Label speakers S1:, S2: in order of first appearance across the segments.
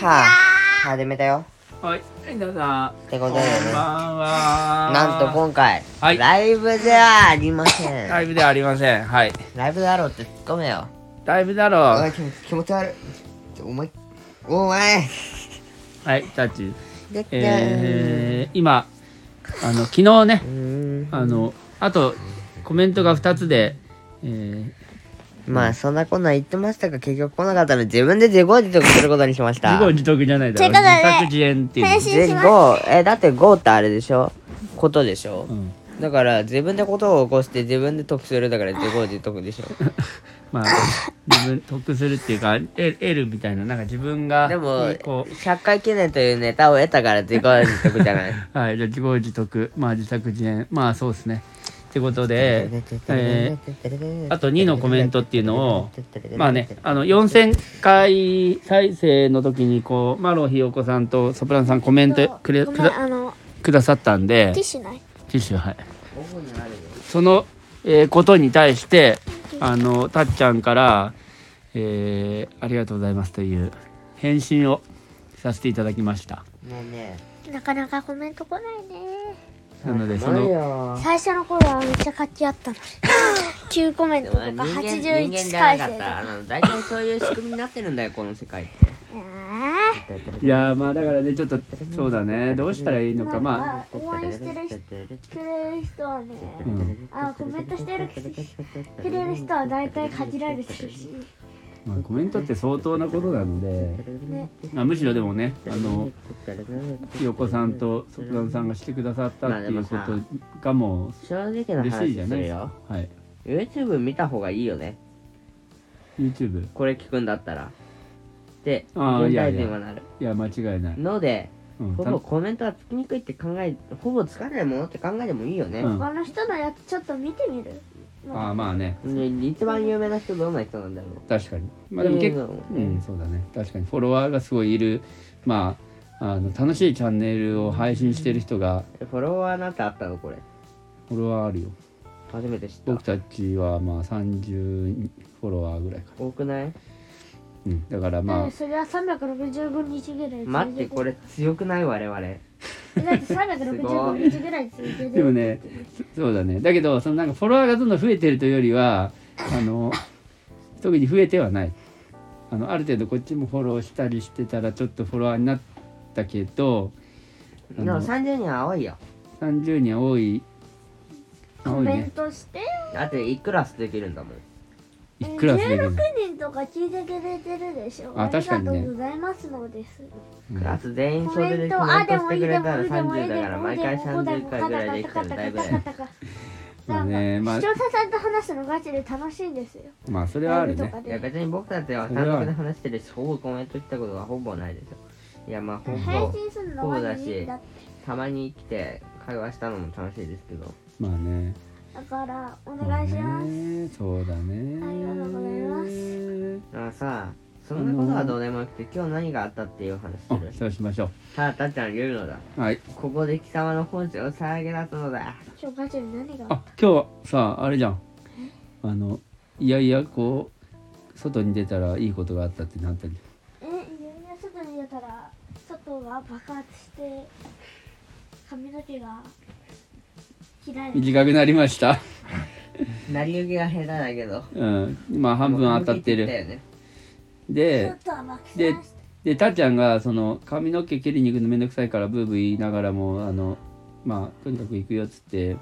S1: はあ、始めたよ。
S2: はい、皆さ
S1: って
S2: ん、
S1: こ
S2: ことん
S1: でね。
S2: ばんは。
S1: なんと今回、
S2: はい
S1: ライブではありません。
S2: ライブではありません。はい。
S1: ライブだろうって突っ込めよ。
S2: ライブだ
S1: お
S2: ろ
S1: 前
S2: う。
S1: 気持ち気持ち悪い。ちょお前、お前、
S2: はい、タッチ。
S1: でっけー
S2: えー、今、あの、昨日ね
S1: う、ーん
S2: あの、あと、コメントが2つで、えー、
S1: まあそんなこんなん言ってましたが結局来なかったので自分で自業自得することにしました
S2: 自業自得じゃないだろ
S3: ということで
S2: 自作自演っていうの。
S3: 返信し
S1: 自
S3: ます
S1: 業えだって業ってあれでしょことでしょ、
S2: うん。
S1: だから自分でことを起こして自分で得するだから自業自得 でしょ
S2: まあ、自分、得するっていうか、得得るみたいな、なんか自分が、
S1: でも
S2: こう、
S1: 100回記念というネタを得たから自業自得じゃない
S2: はい、じゃあ自業自得、まあ自作自演、まあそうですね。ってことで、えー、あと2のコメントっていうのを、まあね、あの4000回再生の時にこう、マロひよこさんとソプラノさんコメントくれ
S3: ご
S2: く
S3: めん
S2: だ
S3: あの
S2: くださったんで
S3: ティ、ッシュない
S2: ティッシュはい。その、えーことに対して、あの、たっちゃんから、えーありがとうございますという返信をさせていただきました。
S1: もうね
S3: なかなかコメント来ないね
S2: なので、そ
S1: ない
S2: の、
S1: よ
S3: 最初の頃はめっちゃ書き合 ったのに9コメントとか
S1: 人間人間
S3: 81
S1: じゃ
S3: 回
S1: なか
S3: 生
S1: っ
S3: で
S1: たあの大体そういう仕組みになってるんだよこの世界って
S3: え
S2: いやーまあだからね、ちょっと、そうだね、どうしたらいいのか、
S3: ー
S2: まあ、
S3: まあ応援してる人くれる人はね、
S2: ん
S3: あのコメントしてるくれる人は大体限られてるし
S2: まあ、コメントって相当なことなので、
S3: ね
S2: まあ、むしろでもねあのひよこさんとソプラノさんがしてくださったっていうことがもう
S1: 正直な
S2: 嬉しい
S1: 話
S2: じゃ
S1: する
S2: ないです
S1: よ
S2: か、はい
S1: YouTube 見た方がいいよね
S2: YouTube
S1: これ聞くんだったらで
S2: あー
S1: 現
S2: いや
S1: 代
S2: いや
S1: 人はなる
S2: いや間違いない、
S1: ので
S2: うん、
S1: ほ
S2: た
S1: ぼコメントはつきにくいって考えほぼつかないものって考えてもいいよね、
S2: うん
S3: 他の人のやつちょっと見てみる
S2: ああまあね
S1: で一番有名な人どんな人なんだろう
S2: 確かにまあでも結構、
S1: う
S2: うんん、そうだね確かにフォロワーがすごいいるまああの楽しいチャンネルを配信してる人が
S1: えフォロワーなんてあったのこれ
S2: フォロワーあるよ
S1: 初めて知った
S2: 僕たちはまあ30フォロワーぐらいか、
S1: 多くない
S2: うん、だからま
S3: うん
S2: あ
S3: それは365日ぐらい
S1: 待ってこれ強くない我々
S3: だって365日ぐらい続いてる
S2: でもね、そそうだね。だけど、そのなんかフォロワーがどんどん増えてるというよりは、あの、特に増えてはない。あの、ある程度こっちもフォローしたりしてたら、ちょっとフォロワーになったけど、あ
S1: でも
S2: の
S1: 30人は多いよ
S2: 30人は多い。
S3: コ
S2: 多い
S3: メン
S2: ね。
S3: トして、
S1: だっていくらスできるんだもん
S2: いくらすればいい
S3: 16
S2: の
S3: 人とか聞いてくれてるでしょ
S2: あ確かにね
S3: ありがとうございますのです
S1: クラス全員
S3: コ
S1: それ
S3: メ
S1: で
S3: ン
S1: コ
S3: ト
S1: メ
S3: あ
S1: ント
S3: で
S1: し
S3: も
S1: て
S3: いい
S1: く
S3: で
S1: れた
S3: も
S1: ら
S3: いいでもい
S1: 30
S3: いで
S1: だから
S3: もい
S1: 毎
S3: いで
S1: 回
S3: もこうだも
S1: 30回ぐらいできたらだいぶだよ
S3: カタカタカタカタカタ
S2: まあね、ま
S3: 視
S2: あ
S3: 聴、者さんと話すのガチで楽しいんですよ
S2: まあ、それは
S3: ラ
S2: あ
S3: イブ
S2: る
S3: と
S2: ね
S3: か。
S1: いや
S3: で
S1: 別に僕たちは単独で話してるしほぼコメントしたことはほぼないですよいやまあほ
S3: 配
S1: ぼ
S3: 信するのは
S1: そうだ
S3: だ
S1: し
S3: だ
S1: たまに来て会話したのも楽しいですけど
S2: まあね。
S3: だからお
S2: まあ
S3: 願いします
S2: ねそうだね。
S3: ありがとうございま
S1: だからさそんなことはどうでもよくて今日何があったっていう話す
S2: あ、
S1: る
S2: そうしましょ
S1: さあたっちゃん言うのだ
S2: う。はい。
S1: ここで貴様の本性をさらけ出すのだ
S3: 今日ガチで何が
S2: あ今日さあれじゃんあのいやいやこう外に出たらいいことがあったってなったり
S3: えいやいや外に出たら外が爆発して髪の毛が切られて
S2: 短くなりました、
S1: 成り行きが下手だけど
S2: うん、今半分当たって
S1: もう髪の
S2: る
S1: 毛切
S3: ちょ
S2: で
S3: っとは爆散
S2: で
S3: して
S2: でたっちゃんがその髪の毛切りに行くのめんどくさいからブーブー言いながらもあのまあとにかく行くよっつって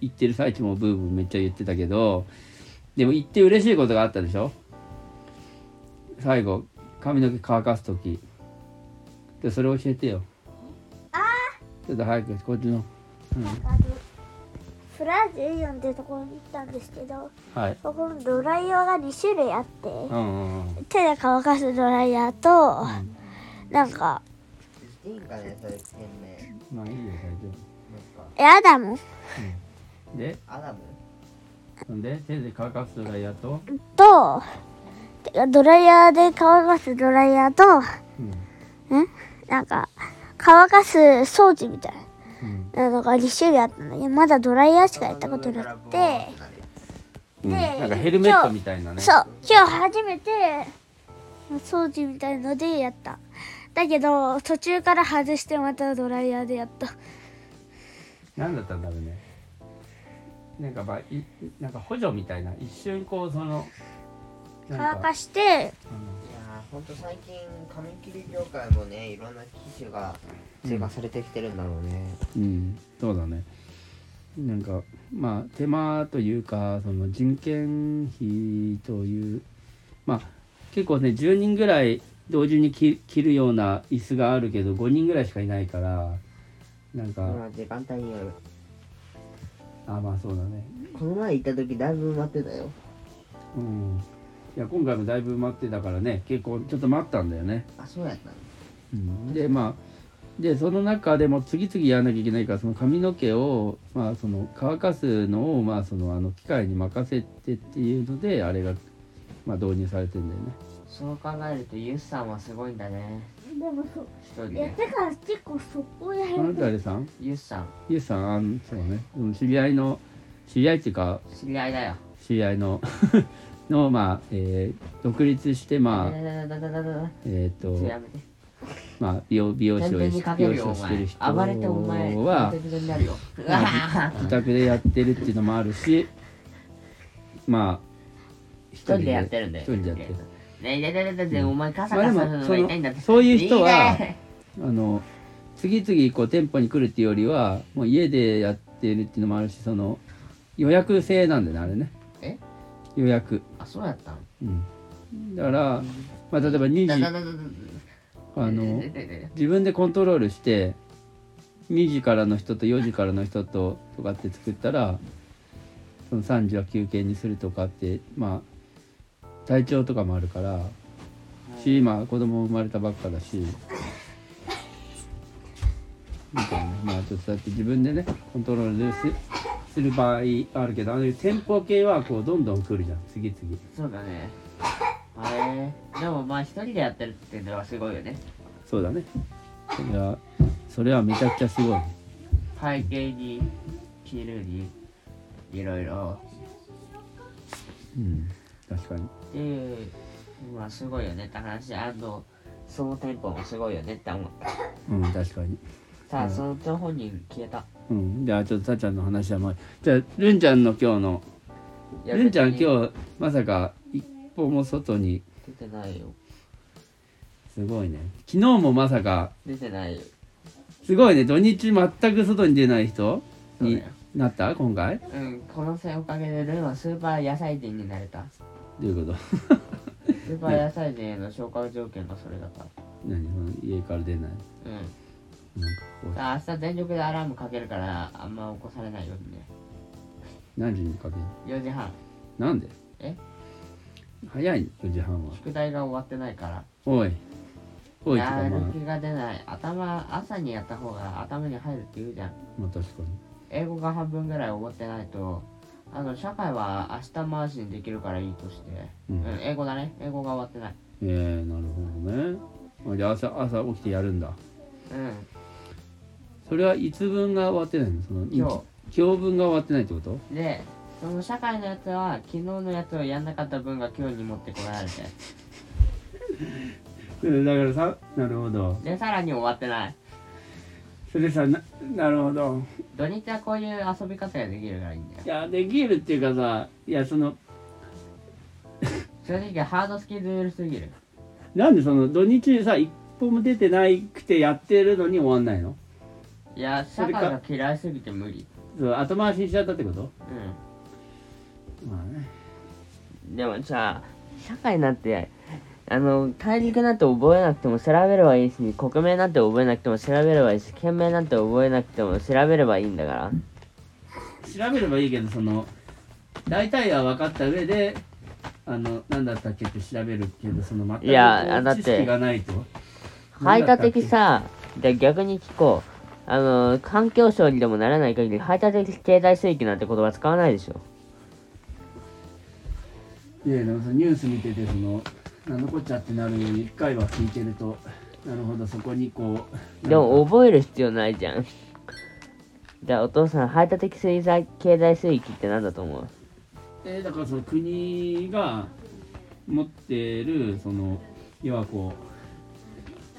S2: 行ってる最中もブーブーめっちゃ言ってたけどでも行って嬉しいことがあったでしょ最後髪の毛乾かす時でそれ教えてよちょっと早くこっちの
S3: なんかあのフラージュイオンっていうところに行ったんですけど
S2: はい。
S3: ここのドライヤーが2種類あって
S2: うんうんうん。
S3: 手で乾かすドライヤーとなんか
S1: っていいんかねそれ懸命
S2: まあいいよ大丈
S1: なんか
S3: やだもん
S2: 夫。で、
S1: アダム
S2: そんで手で乾かすドライヤーと、
S3: とてかドライヤーで乾かすドライヤーと
S2: うん
S3: なんか乾かす装置みたいな。
S2: うん
S3: なのが2種類あったのにまだドライヤーしかやったことなくて
S2: うん。
S3: で
S2: なんかヘルメットみたいなね。
S3: そう今日初めて掃除みたいのでやっただけど途中から外してまたドライヤーでやった
S2: 何だったんだろうねなんかばいなんか補助みたいな一瞬こうそのなんか
S3: 乾かして
S2: うん
S1: やーほんと最近髪切り業界もねいろんな機種が追加されてきてるんだろうね、
S2: うん、そうだねなんかまあ手間というかその人件費というまあ結構ね10人ぐらい同時に切切るような椅子があるけど5人ぐらいしかいないからなんか、
S1: 今時間帯による
S2: あまあそうだね
S1: この前行った時だいぶ埋まってたよ
S2: うんいや今回もだいぶ待ってたからね結構ちょっと待ったんだよね
S1: あそうやったの
S2: でまあでその中でも次々やらなきゃいけないからその髪の毛を、まあ、その乾かすのを、まあ、そのあの機械に任せてっていうのであれが、まあ、導入されてんだよね。
S1: そう考えるとユスさんはすごいんだね
S3: でもそう
S1: 一人
S3: やっ
S1: で
S3: てから結構そこや
S2: あな
S3: る
S2: たあれさん
S1: ユスさん
S2: ゆうさんあんそうねその知り合いの知り合いっていうか
S1: 知り合いだよ
S2: 知り合いの のまあ、えー独立してまあ
S1: だだだだだだだだ
S2: えっ、
S1: ちょっと
S2: と
S1: やめて
S2: まあ美容美容師
S1: 天
S2: を
S1: 秤にかけ
S2: 美
S1: る
S2: 容師
S1: よ
S2: を
S1: お
S2: して
S1: 前
S2: る人
S1: 暴れてお前
S2: は
S1: 天秤になるようわ
S2: まあ自宅でやってるっていうのもあるしまあ
S1: 一
S2: 一
S1: 人でやってるんだよ
S2: 一人でやってる
S1: ねえねえねえねえねえお前カサ
S2: まあ
S1: カ
S2: で
S1: サ
S2: も
S1: するのが痛いんだって
S2: そのそういう人はい
S1: ね
S2: あの次々こう店舗に来るっていうよりはもう家でやってるっていうのもあるしその予約制なんだよねあれね
S1: え
S2: 予約
S1: あそうやったの
S2: うんだから、まあ、例えば2
S1: だだ
S2: 時
S1: だだだだ
S2: あの
S1: ねえねえねえね
S2: 自分でコントロールして2時からの人と4時からの人ととかって作ったらその3時は休憩にするとかってまあ体調とかもあるからし今子供生まれたばっかだしみたいなまあちょっとそうやって自分でねコントロールすする場合あるけどあの店舗系はこうどんどん来るじゃん次々。
S1: えそうだねへえでもまあ一人でやってるっていうのはすごいよね
S2: そうだねそれはそれはめちゃくちゃすごい。
S1: 背景に着るにいろいろ
S2: うん、確かに
S1: っていうまあすごいよねって話あのその店舗もすごいよねって思った
S2: うん確かに
S1: さあ、その情報に消えた
S2: うん、じゃあちょっとさっちゃんの話はもうじゃあるんちゃんの今日のるんちゃん
S1: 日
S2: 今日まさか一歩も外に
S1: 出てないよ
S2: すごいね昨日もまさか
S1: 出てないよ
S2: すごいね土日全く外に出ない人
S1: そう
S2: に
S1: だよ
S2: なった今回ど
S1: うんこのせいおかげでルンはスーパー野菜人になれた
S2: ういうこと
S1: スーパー野菜人への紹介条件がそれだか
S2: 何その家から出ない
S1: らうん
S2: なんかこう
S1: さあ明日全力でアラームかけるからあんま起こされないようにね
S2: 何時にかける
S1: 4時半
S2: なんで
S1: え
S2: 早い4時半は
S1: 宿題が終わってないから
S2: おいおいってか
S1: や
S2: まあ
S1: る気が出ない頭朝にやった方が頭に入るって言うじゃん
S2: まあ確か
S1: 英語が半分ぐらい終わってないとあの社会は明日回しにできるからいいとして、
S2: う
S1: うんん英語だね英語が終わってない
S2: にええなるほどねあじゃあ朝朝起きてやるんだ
S1: うん
S2: それはいつ分が終わってないのその
S1: 今日
S2: 教文が終わってないってこと
S1: でその社会のやつは昨日のやつをやんなかった分が今日に持ってこられて
S2: だからさなるほど
S1: でさらに終わってない
S2: それさななるほど
S1: 土日はこういう遊び方ができるからいいんだよ
S2: いやできるっていうかさいやその
S1: 正直ハードスケジュールすぎる
S2: なんでその土日さ一歩も出てないくてやってるのに終わんないの
S1: いや
S2: そ
S1: 社
S2: れ
S1: 会
S2: か
S1: が嫌いすぎて無理
S2: そう後回しにしちゃったってこと
S1: うん
S2: まあね
S1: でもさ社会なんてあの大陸なんて覚えなくても調べればいいし国名なんて覚えなくても調べればいいし県名なんて覚えなくても調べればいいんだから
S2: 調べればいいけどその大体は分かった上であの何だったっけって調べるけどその全く
S1: いや
S2: こう
S1: だって
S2: 知識がないと
S1: 排他的さじゃあ逆に聞こうあの環境省にでもならない限り排他的経済水域なんて言葉使わないでしょ
S2: いやでもそのニュース見ててそのなんのこっちゃってなるように一回は聞いてるとなるほどそこにこう
S1: でも
S2: なんか
S1: 覚える必要ないじゃんじゃあお父さん排他的水産経済水域って何だと思う
S2: えーだからその国が持ってるその要はこ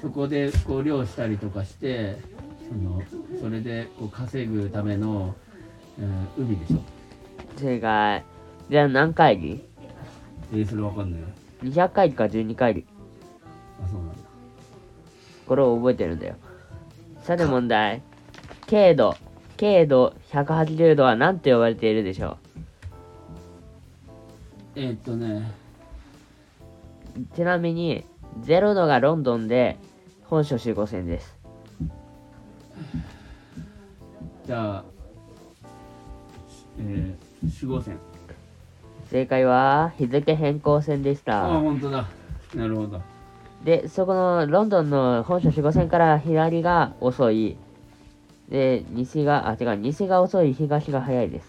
S2: うそこでこう漁したりとかしてそのそれでこう稼ぐための、うん、海でしょ
S1: 正解。じゃあ何回り
S2: えーそれわかんないよ
S1: ?200 回りか12回り。
S2: あそうなんだ
S1: これを覚えてるんだよ。さて問題。経度。経度180度は何て呼ばれているでしょ
S2: えーっとね
S1: うちなみに、0度がロンドンで、本初集合線です。
S2: じゃあえー、守護船
S1: 正解は、日付変更線でし
S2: ああ
S1: た。
S2: 本当だなるほど
S1: で、そこのロンドンの本社守護線から左が遅い。で、西が、あ、違う、西が遅い、東が早いです。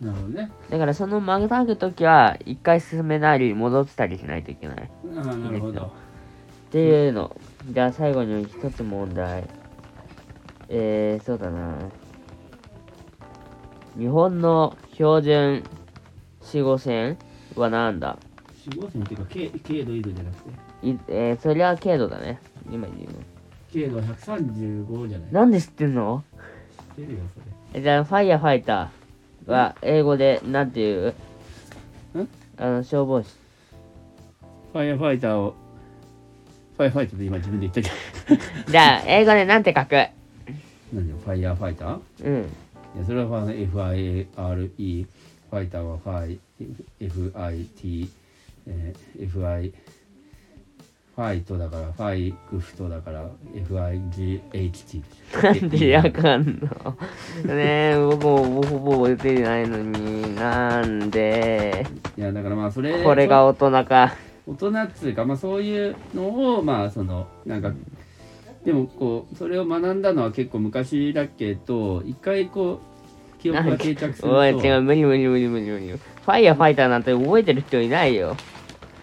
S2: なるほどね
S1: だからその曲がるときは、一回進めたり、戻ったりしないといけない。
S2: あーなるほど
S1: っていうの。じゃあ最後に一つ問題。えー、そうだな。日本の標準守護線はなんだ
S2: 守護船っていうか軽軽度移動じゃなくて
S1: いえー、そりゃ軽度だね。今言うの。
S2: 軽度135じゃない
S1: なんで知ってんの
S2: 知ってるよそれ
S1: えじゃあ、ファイヤーファイターは英語でなんていうんあの消防士。
S2: ファイヤーファイターをファイヤーファイターって今自分で言ったじゃ
S1: じゃあ、英語でなんて書く
S2: ん何よファイヤーファイター
S1: うん。
S2: いやそれはファイ FIRE ファイターはファイ FIT、えー FI ファイトだからファイグフトだから FIGHT
S1: なんでやかんのねえ、僕もほぼほぼ覚えてないのに、なんで、
S2: いやだからまあそれ
S1: これが大人か。
S2: 大人っつうかまあそういうのをまあそのなんかでもこうそれを学んだのは結構昔だけど一回こう記憶が定着すると
S1: おい、違う、無理無理無理無理無理。ファイヤーファイターなんて覚えてる人いないよ。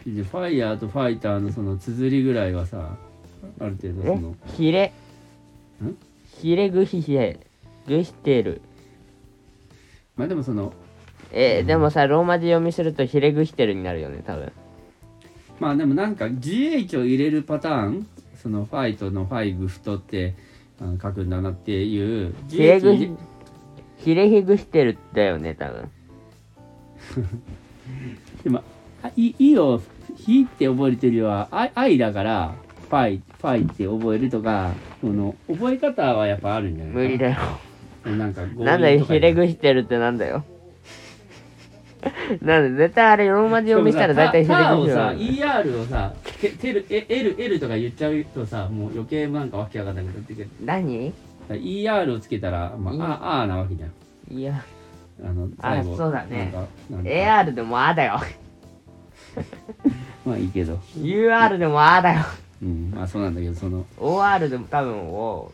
S2: でファイヤーとファイターのその綴りぐらいはさある程度
S1: え
S2: その
S1: ヒレ
S2: ん。
S1: ヒレグヒヒレ。グヒテル。
S2: まあでもその
S1: えーでもさ、ローマ字読みするとヒレグヒテルになるよね、多分。
S2: まあでもなんか GH を入れるパターンそのファイトのファイグフトってあの書くんだなっていう
S1: ヒレグ
S2: GH
S1: ヒ、ヒレヒグヒテルだよね、多分。
S2: でもあいいを「ひ」って覚えてるよりは「あい」愛だから「ファイ」「ファイ」って覚えるとかこの覚え方はやっぱあるんじゃないか
S1: 無理だよ。
S2: よなんか
S1: なんだよ、ヒレ
S2: い
S1: グヒテルってなんだよ。 なんで、絶対あれ、ローマ字読みしたら大体ヒレ
S2: タ
S1: グ
S2: を
S1: ヒテ
S2: さ
S1: ル。
S2: ER をさ「けてるえ L」L とか言っちゃうとさもう余計なんかわけわかんなくなってくる
S1: 何
S2: だから ER をつけたら「ま
S1: いい
S2: あ、あ」あなわけじゃん
S1: いや、
S2: あの
S1: あ
S2: 最後
S1: そうだね
S2: なんかなんか
S1: AR でもあだよ。
S2: まあいいけど
S1: UR でもあだよ。
S2: うんまあそうなんだけどその
S1: OR でも多分 O。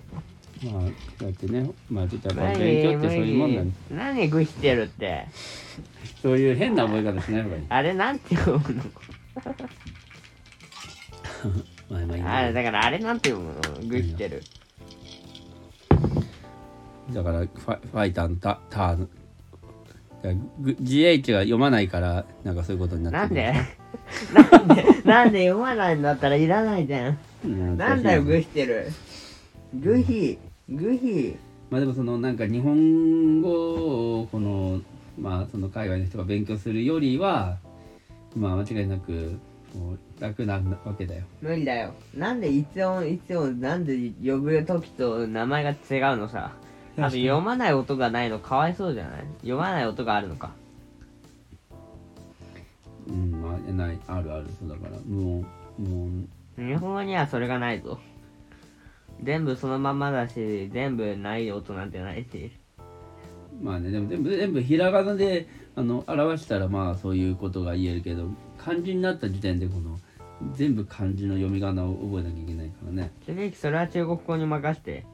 S2: まあだってねまあちょっとやっぱ
S1: 何
S2: 勉強ってそういうもんだね
S1: 何グヒテルって。
S2: そういう変な覚え方しない方がいい
S1: あれ、なんて読むの
S2: まあまあいい
S1: あれ、
S2: ね
S1: だからあれなんて読むのグヒテル。
S2: だからファファイターのタターンだからグ GH が読まないからなんかそういうことにな
S1: な
S2: って
S1: ん
S2: く
S1: でなん
S2: る
S1: でなんで読まないんだったらいらないじゃん。
S2: うん
S1: なんだよ、グヒテル。グヒ、グヒ。
S2: まあでもそのなんか日本語をこのまあその海外の人が勉強するよりはまあ間違いなくこう楽なわけだよ
S1: 無理だよなんで一音一音なんで呼ぶ時と名前が違うのさあと
S2: 確かに
S1: 読まない音がないのかわいそうじゃない読まない音があるのか
S2: うんまあないあるあるそうだから無音無音
S1: 日本語にはそれがないぞ全部そのままだし全部ない音なんてないし
S2: まあねでも全部全部ひらがなであの表したらまあそういうことが言えるけど漢字になった時点でこの全部漢字の読み仮名を覚えなきゃいけないからね
S1: 正直それは中国語に任せて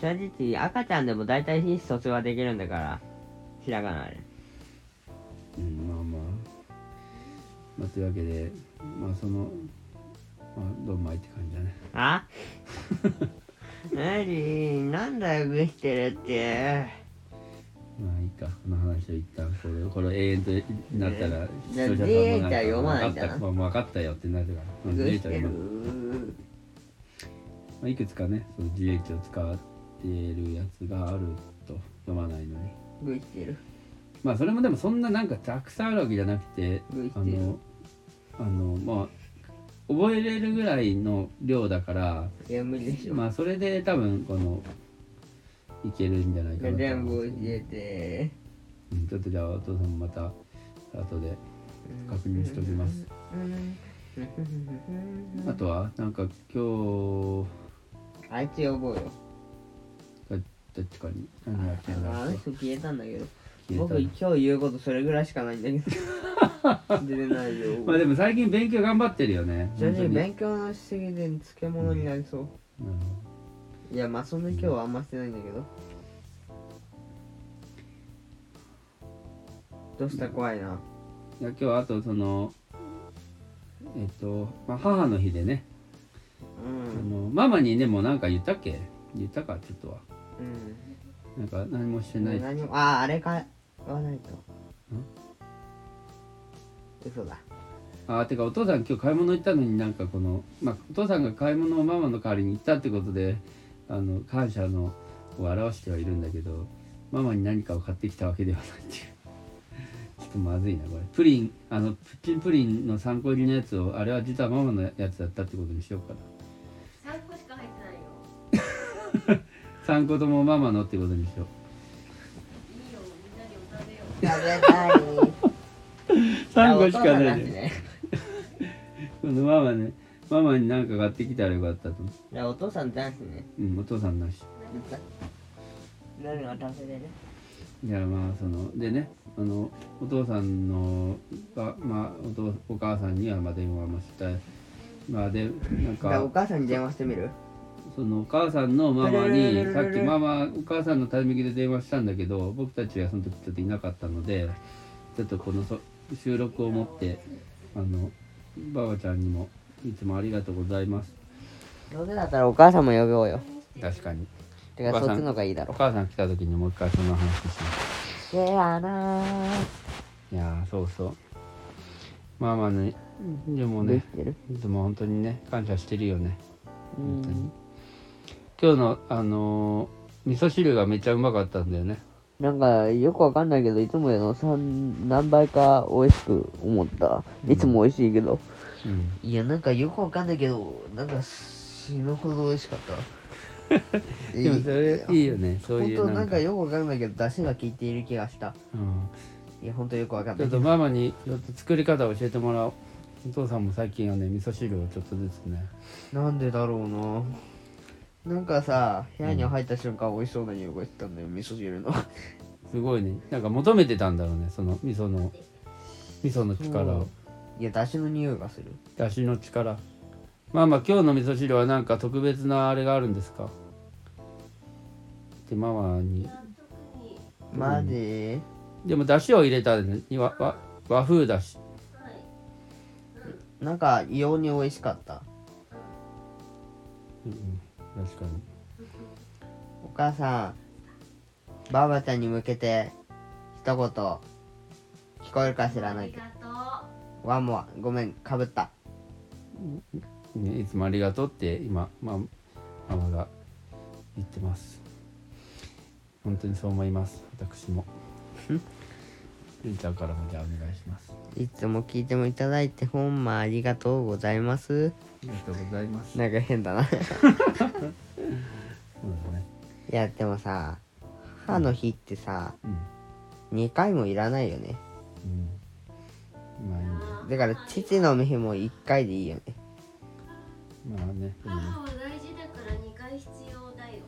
S1: 正直赤ちゃんでも大体必死卒はできるんだからひらがなあれ
S2: うんまあまあ、まあ、というわけでまあそのまあドンマイって感じだね
S1: あ何なんだよグしてるって
S2: まあいいかこの話を一旦これこれ永遠となったら
S1: じゃあ
S2: 視聴者さんもんか
S1: GH は読まないんだな
S2: 分かったよ分かったよってなるからうん
S1: グ
S2: GH は
S1: して
S2: 読まない
S1: る
S2: まあ、いくつかねその GH を使ってるやつがあると読まないのに
S1: グイしてる
S2: まあそれもでもそんななんかたくさんあるわけじゃなくて
S1: うん
S2: あのあのまあ覚えれるぐらいの量だから
S1: いや無理でしょ、
S2: まあそれで多分このいけるんじゃないかなと
S1: 全
S2: 思
S1: 部
S2: い
S1: 教
S2: ます
S1: えて
S2: うんちょっとじゃあお父さんもまた後で確認しておきます
S1: うん
S2: あとはなんか今日
S1: あいつ呼ぼうよ
S2: どっちかに何やってんだ
S1: あ
S2: っ
S1: の
S2: け
S1: 人消えたんだけど
S2: 消えた
S1: 僕今日言うことそれぐらいしかないんだけ ど出れないよ
S2: まあでも最近勉強頑張ってるよね
S1: 徐
S2: 本
S1: 々
S2: 当
S1: に
S2: に
S1: 勉強のしすぎで漬物になりそう、
S2: うん
S1: いやまあそんな今日はあんましてないんだけどどうした怖いない
S2: や今日はあとそのえっと、まあ、母の日でね、
S1: う
S2: あ
S1: ん
S2: のママにでもなんか言ったっけ言ったかちょっとは
S1: うん
S2: なんか何もしてない
S1: 何もあああれ買わないと嘘だ
S2: あーてかお父さん今日買い物行ったのになんかこの、まあ、お父さんが買い物をママの代わりに行ったってことであの感謝のを表してはいるんだけどママに何かを買ってきたわけではないっていう ちょっとまずいなこれプリンあのプッチンプリンの参考入りのやつをあれは実はママのやつだったってことにしようかな
S4: 三個しか入ってないよ。
S2: 3個ともママのってことにしよ
S4: いいよ、みんなにお食べよう。
S1: 食べたいう
S2: 3個しか
S1: やお父さ
S2: なんい
S1: だし
S2: で
S1: ね
S2: このママねママに何か買ってきたらよかったと思
S1: いやお父さん男子ね
S2: う、うん、お父さんなし
S1: 何が食べれる
S2: じゃあまあそのでねあのお父さんのがまあお父お母さんにはまあ電話もしたいまあでなん
S1: じゃあお
S2: か
S1: 母さんに電話してみる
S2: そのお母さんのママにさっきママお母さんのタイミングで電話したんだけど僕たちはその時ちょっといなかったのでちょっとこのそ収録を持ってあのばあちゃんにもいつもありがとうございます
S1: どうせだったらお母さんも呼ぼうよ
S2: 確かに
S1: てか
S2: お母
S1: そ
S2: さん
S1: っちの方がいいだ
S2: お
S1: ろ
S2: 母さん来た時にもう一回その話します
S1: せやなー
S2: いやーそうそうまあまあねでも
S1: で
S2: ね
S1: きてる
S2: でも本当にね感謝してるよね
S1: う
S2: 本当に
S1: ん
S2: 今日のあのー味噌汁がめっちゃうまかったんだよね
S1: なんかよくわかんないけどいつもよりの三何倍か美味しく思ったいつも美味しいけど、
S2: うん
S1: いやなんかよくわかんないけどなんか死ぬほど美味しかった
S2: でもそれいいよねそう
S1: 本
S2: い
S1: 当
S2: う
S1: な
S2: なんん
S1: か
S2: か
S1: よくわかんないけど出汁が効いている気がした
S2: うん
S1: いや本当よくわかん
S2: ち
S1: な
S2: ょ
S1: い
S2: っ
S1: け
S2: と
S1: ど
S2: ママにちょっと作り方を教えてもらおうお父さんも最近はね味噌汁をちょっとずつね
S1: なんでだろうななんかさ部屋に入った瞬間美味しそうな匂いがしてたんだよ味噌汁の
S2: すごいねなんか求めてたんだろうねその味噌の味噌の力
S1: そ
S2: を
S1: ういや出汁の匂いがする
S2: だしの力まあまあ今日の味噌汁はなんか特別なあれがあるんですかってママに
S4: 特に、
S1: マジ
S2: でもだしを入れたんで和和和風だし
S4: はい。
S1: なんか異様に美味しかった
S2: うんうん確かに
S1: お母さんばあばちゃんに向けて一言聞こえるか知ら
S4: あ
S1: ない
S4: り
S1: けど
S4: がと
S1: ワンモアごめんかぶった
S2: ね、いつもありがとうって今、まあ、ママが言ってます本当にそう思います私もゆうちゃんからもじゃあお願いします
S1: いつも聞いてもいただいてほんまありがとうございます
S2: ありがとうございます
S1: なんか変だない
S2: そうだね
S1: やでもさ母の日ってさ
S2: うん
S1: 2回もいらないよね
S2: うんまあいいんだよ
S1: だから父の日も1回でいいよね
S2: まあね
S4: う。母は大事だから二回必要だよ。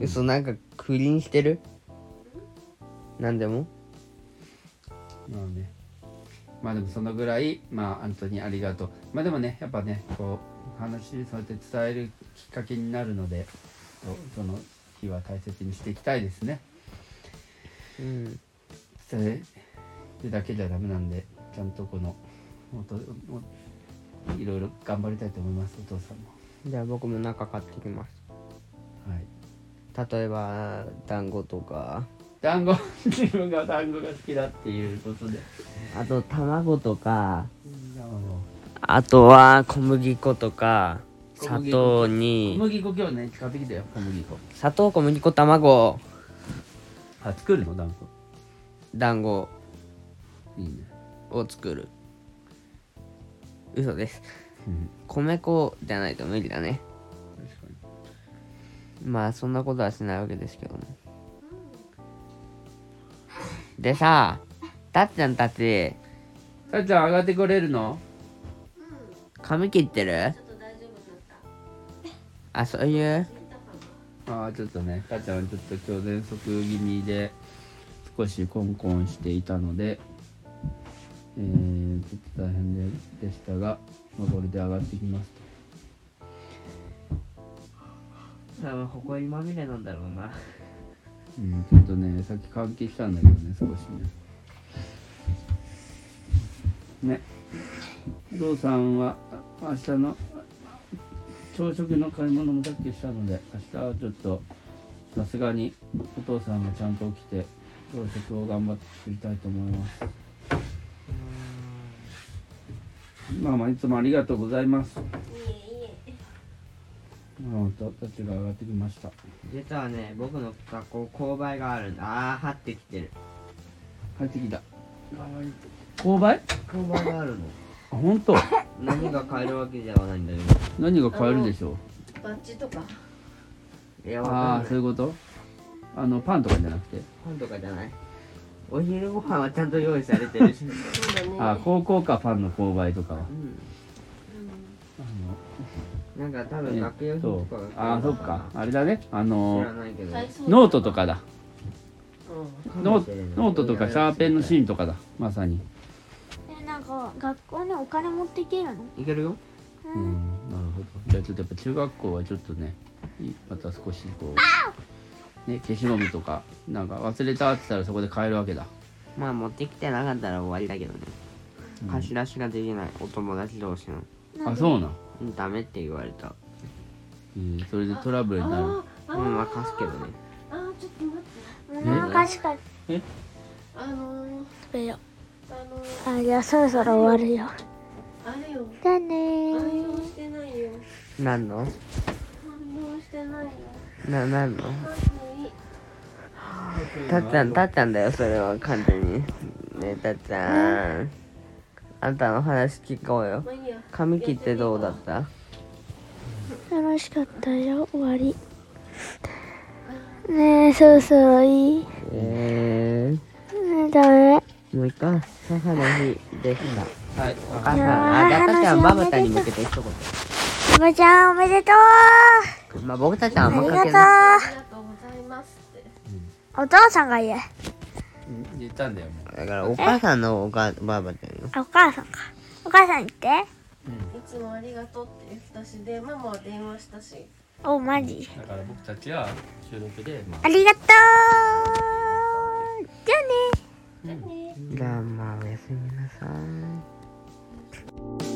S1: 嘘なんか不倫してるなんでも
S2: まあねまあでもそのぐらいまあ本当にありがとうまあでもねやっぱねこう話そうやって伝えるきっかけになるのでこうその日は大切にしていきたいですね
S1: うん
S2: 伝えるだけじゃダメなんでちゃんとこのもっともっいろいろ頑張りたいと思いますお父さんも
S1: じゃあ僕もなんか買ってきます
S2: はい
S1: 例えば団子とか
S2: 団子自分が団子が好きだっていうことで
S1: あと卵とか
S2: うんなるほど
S1: あとは小麦粉とか砂糖
S2: 小
S1: に
S2: 麦粉今日ね使ってきたよ小麦粉
S1: 砂糖小麦粉卵
S2: あ作るの団子
S1: 団子
S2: いいね
S1: を作る嘘です
S2: うん
S1: 米粉じゃないと無理だね
S2: 確かに
S1: まあそんなことはしないわけですけどもでさたっちゃんたち
S2: さっちゃん上がってこれるの
S1: 髪切ってる
S4: ちょっと大丈夫になった
S1: あそういう
S4: 見たかな
S2: ああちょっとねさっちゃんはちょっと今日喘息気味で少しコンコンしていたのでえー、ちょっと大変ででしたが、まあ、これで上がってきます
S1: 多分ほこりまみれなんだろうな
S2: うん、ちょっとね、さっき換気したんだけどね、少しね。ね。お父さんは、あ明日の、朝食の買い物もさっきしたので、明日はちょっと、さすがにお父さんがちゃんと起きて、朝食を頑張って作りたいと思います。まあまあ、いつもありがとうございます。
S4: いいえいいえ
S2: うん、と、たちが上がってきました。
S1: 実はね僕の学校勾配があるんだあー張ってきてる
S2: 帰ってきた。購買
S1: 勾配があるの
S2: あ、本当。
S1: 何が買えるわけじゃないんだよ
S2: 何が買えるでしょう
S4: バッジとか
S1: いやわか
S2: ああ
S1: ん
S2: ー
S1: な
S2: そうい
S1: いう
S2: ことあのパンとかじゃなくて
S1: パンとかじゃないお昼ご飯はちゃんと用意されてるし、
S4: そうだね
S2: ああ高校かパンの購買とかは
S1: うん、な
S2: あ
S1: んか多
S2: の
S1: 分学用
S2: えっ
S1: 品
S2: と
S1: とかが買える
S2: ああそっ
S1: の
S2: か
S1: な
S2: あれだねあ
S1: 知
S2: の
S1: らないけど
S4: 体操着
S2: ノートとかだ
S4: うん
S2: ノーノートとかシャーペンの芯とかだまさに
S3: えなんか学校にお金持っていけるの
S1: いけるよ
S2: うんなるほどじゃあちょっとやっぱ中学校はちょっとねいまた少しこうね消しゴムとかなんか忘れたって言ったらそこで買えるわけだ
S1: まあ持ってきてなかったら終わりだけどね貸し出しができないお友達同士の
S2: あそうなん
S1: うんダメって言われた
S2: えーそれでトラブルになる
S4: あー
S1: うんまあ貸すけどね
S4: あーちょっと待って
S3: なんかしか
S4: あのー、
S3: 食べよ
S4: あのー、
S3: あじゃあそろそろ終わるよ
S4: あれよ
S3: じゃあねー
S4: 反応してないよ
S1: 何の
S4: 反応してないよ
S1: な何の
S4: まずい
S1: たっちゃんたっちゃんだよそれは完全にねえたっちゃんあんたの話聞こうよ
S4: まあいいや
S1: 髪切ってどうだった
S3: 楽しかったよ終わりねえそろそろいいね
S1: え
S3: えダメ
S1: ー、もう一回母の日でした
S2: はい
S1: お母さんあじゃあたっちゃんババタに向けて一
S3: おばちゃんおめでとう
S1: 言まあ僕たちはあんま
S3: あ
S1: か
S3: り
S1: けない
S3: が
S4: ありがとうございますって
S3: とうお父さんが言え
S2: うん言ったんだよも
S1: だからお母さんのおかばあばちゃんよ
S3: あお母さんかお母さん言って
S4: いつもありがとうって言ったしでママは電話したし
S3: おマジ
S2: うだから僕たちは収録でまあ
S3: ありがとうじゃあね
S1: じゃあまあおやすみなさい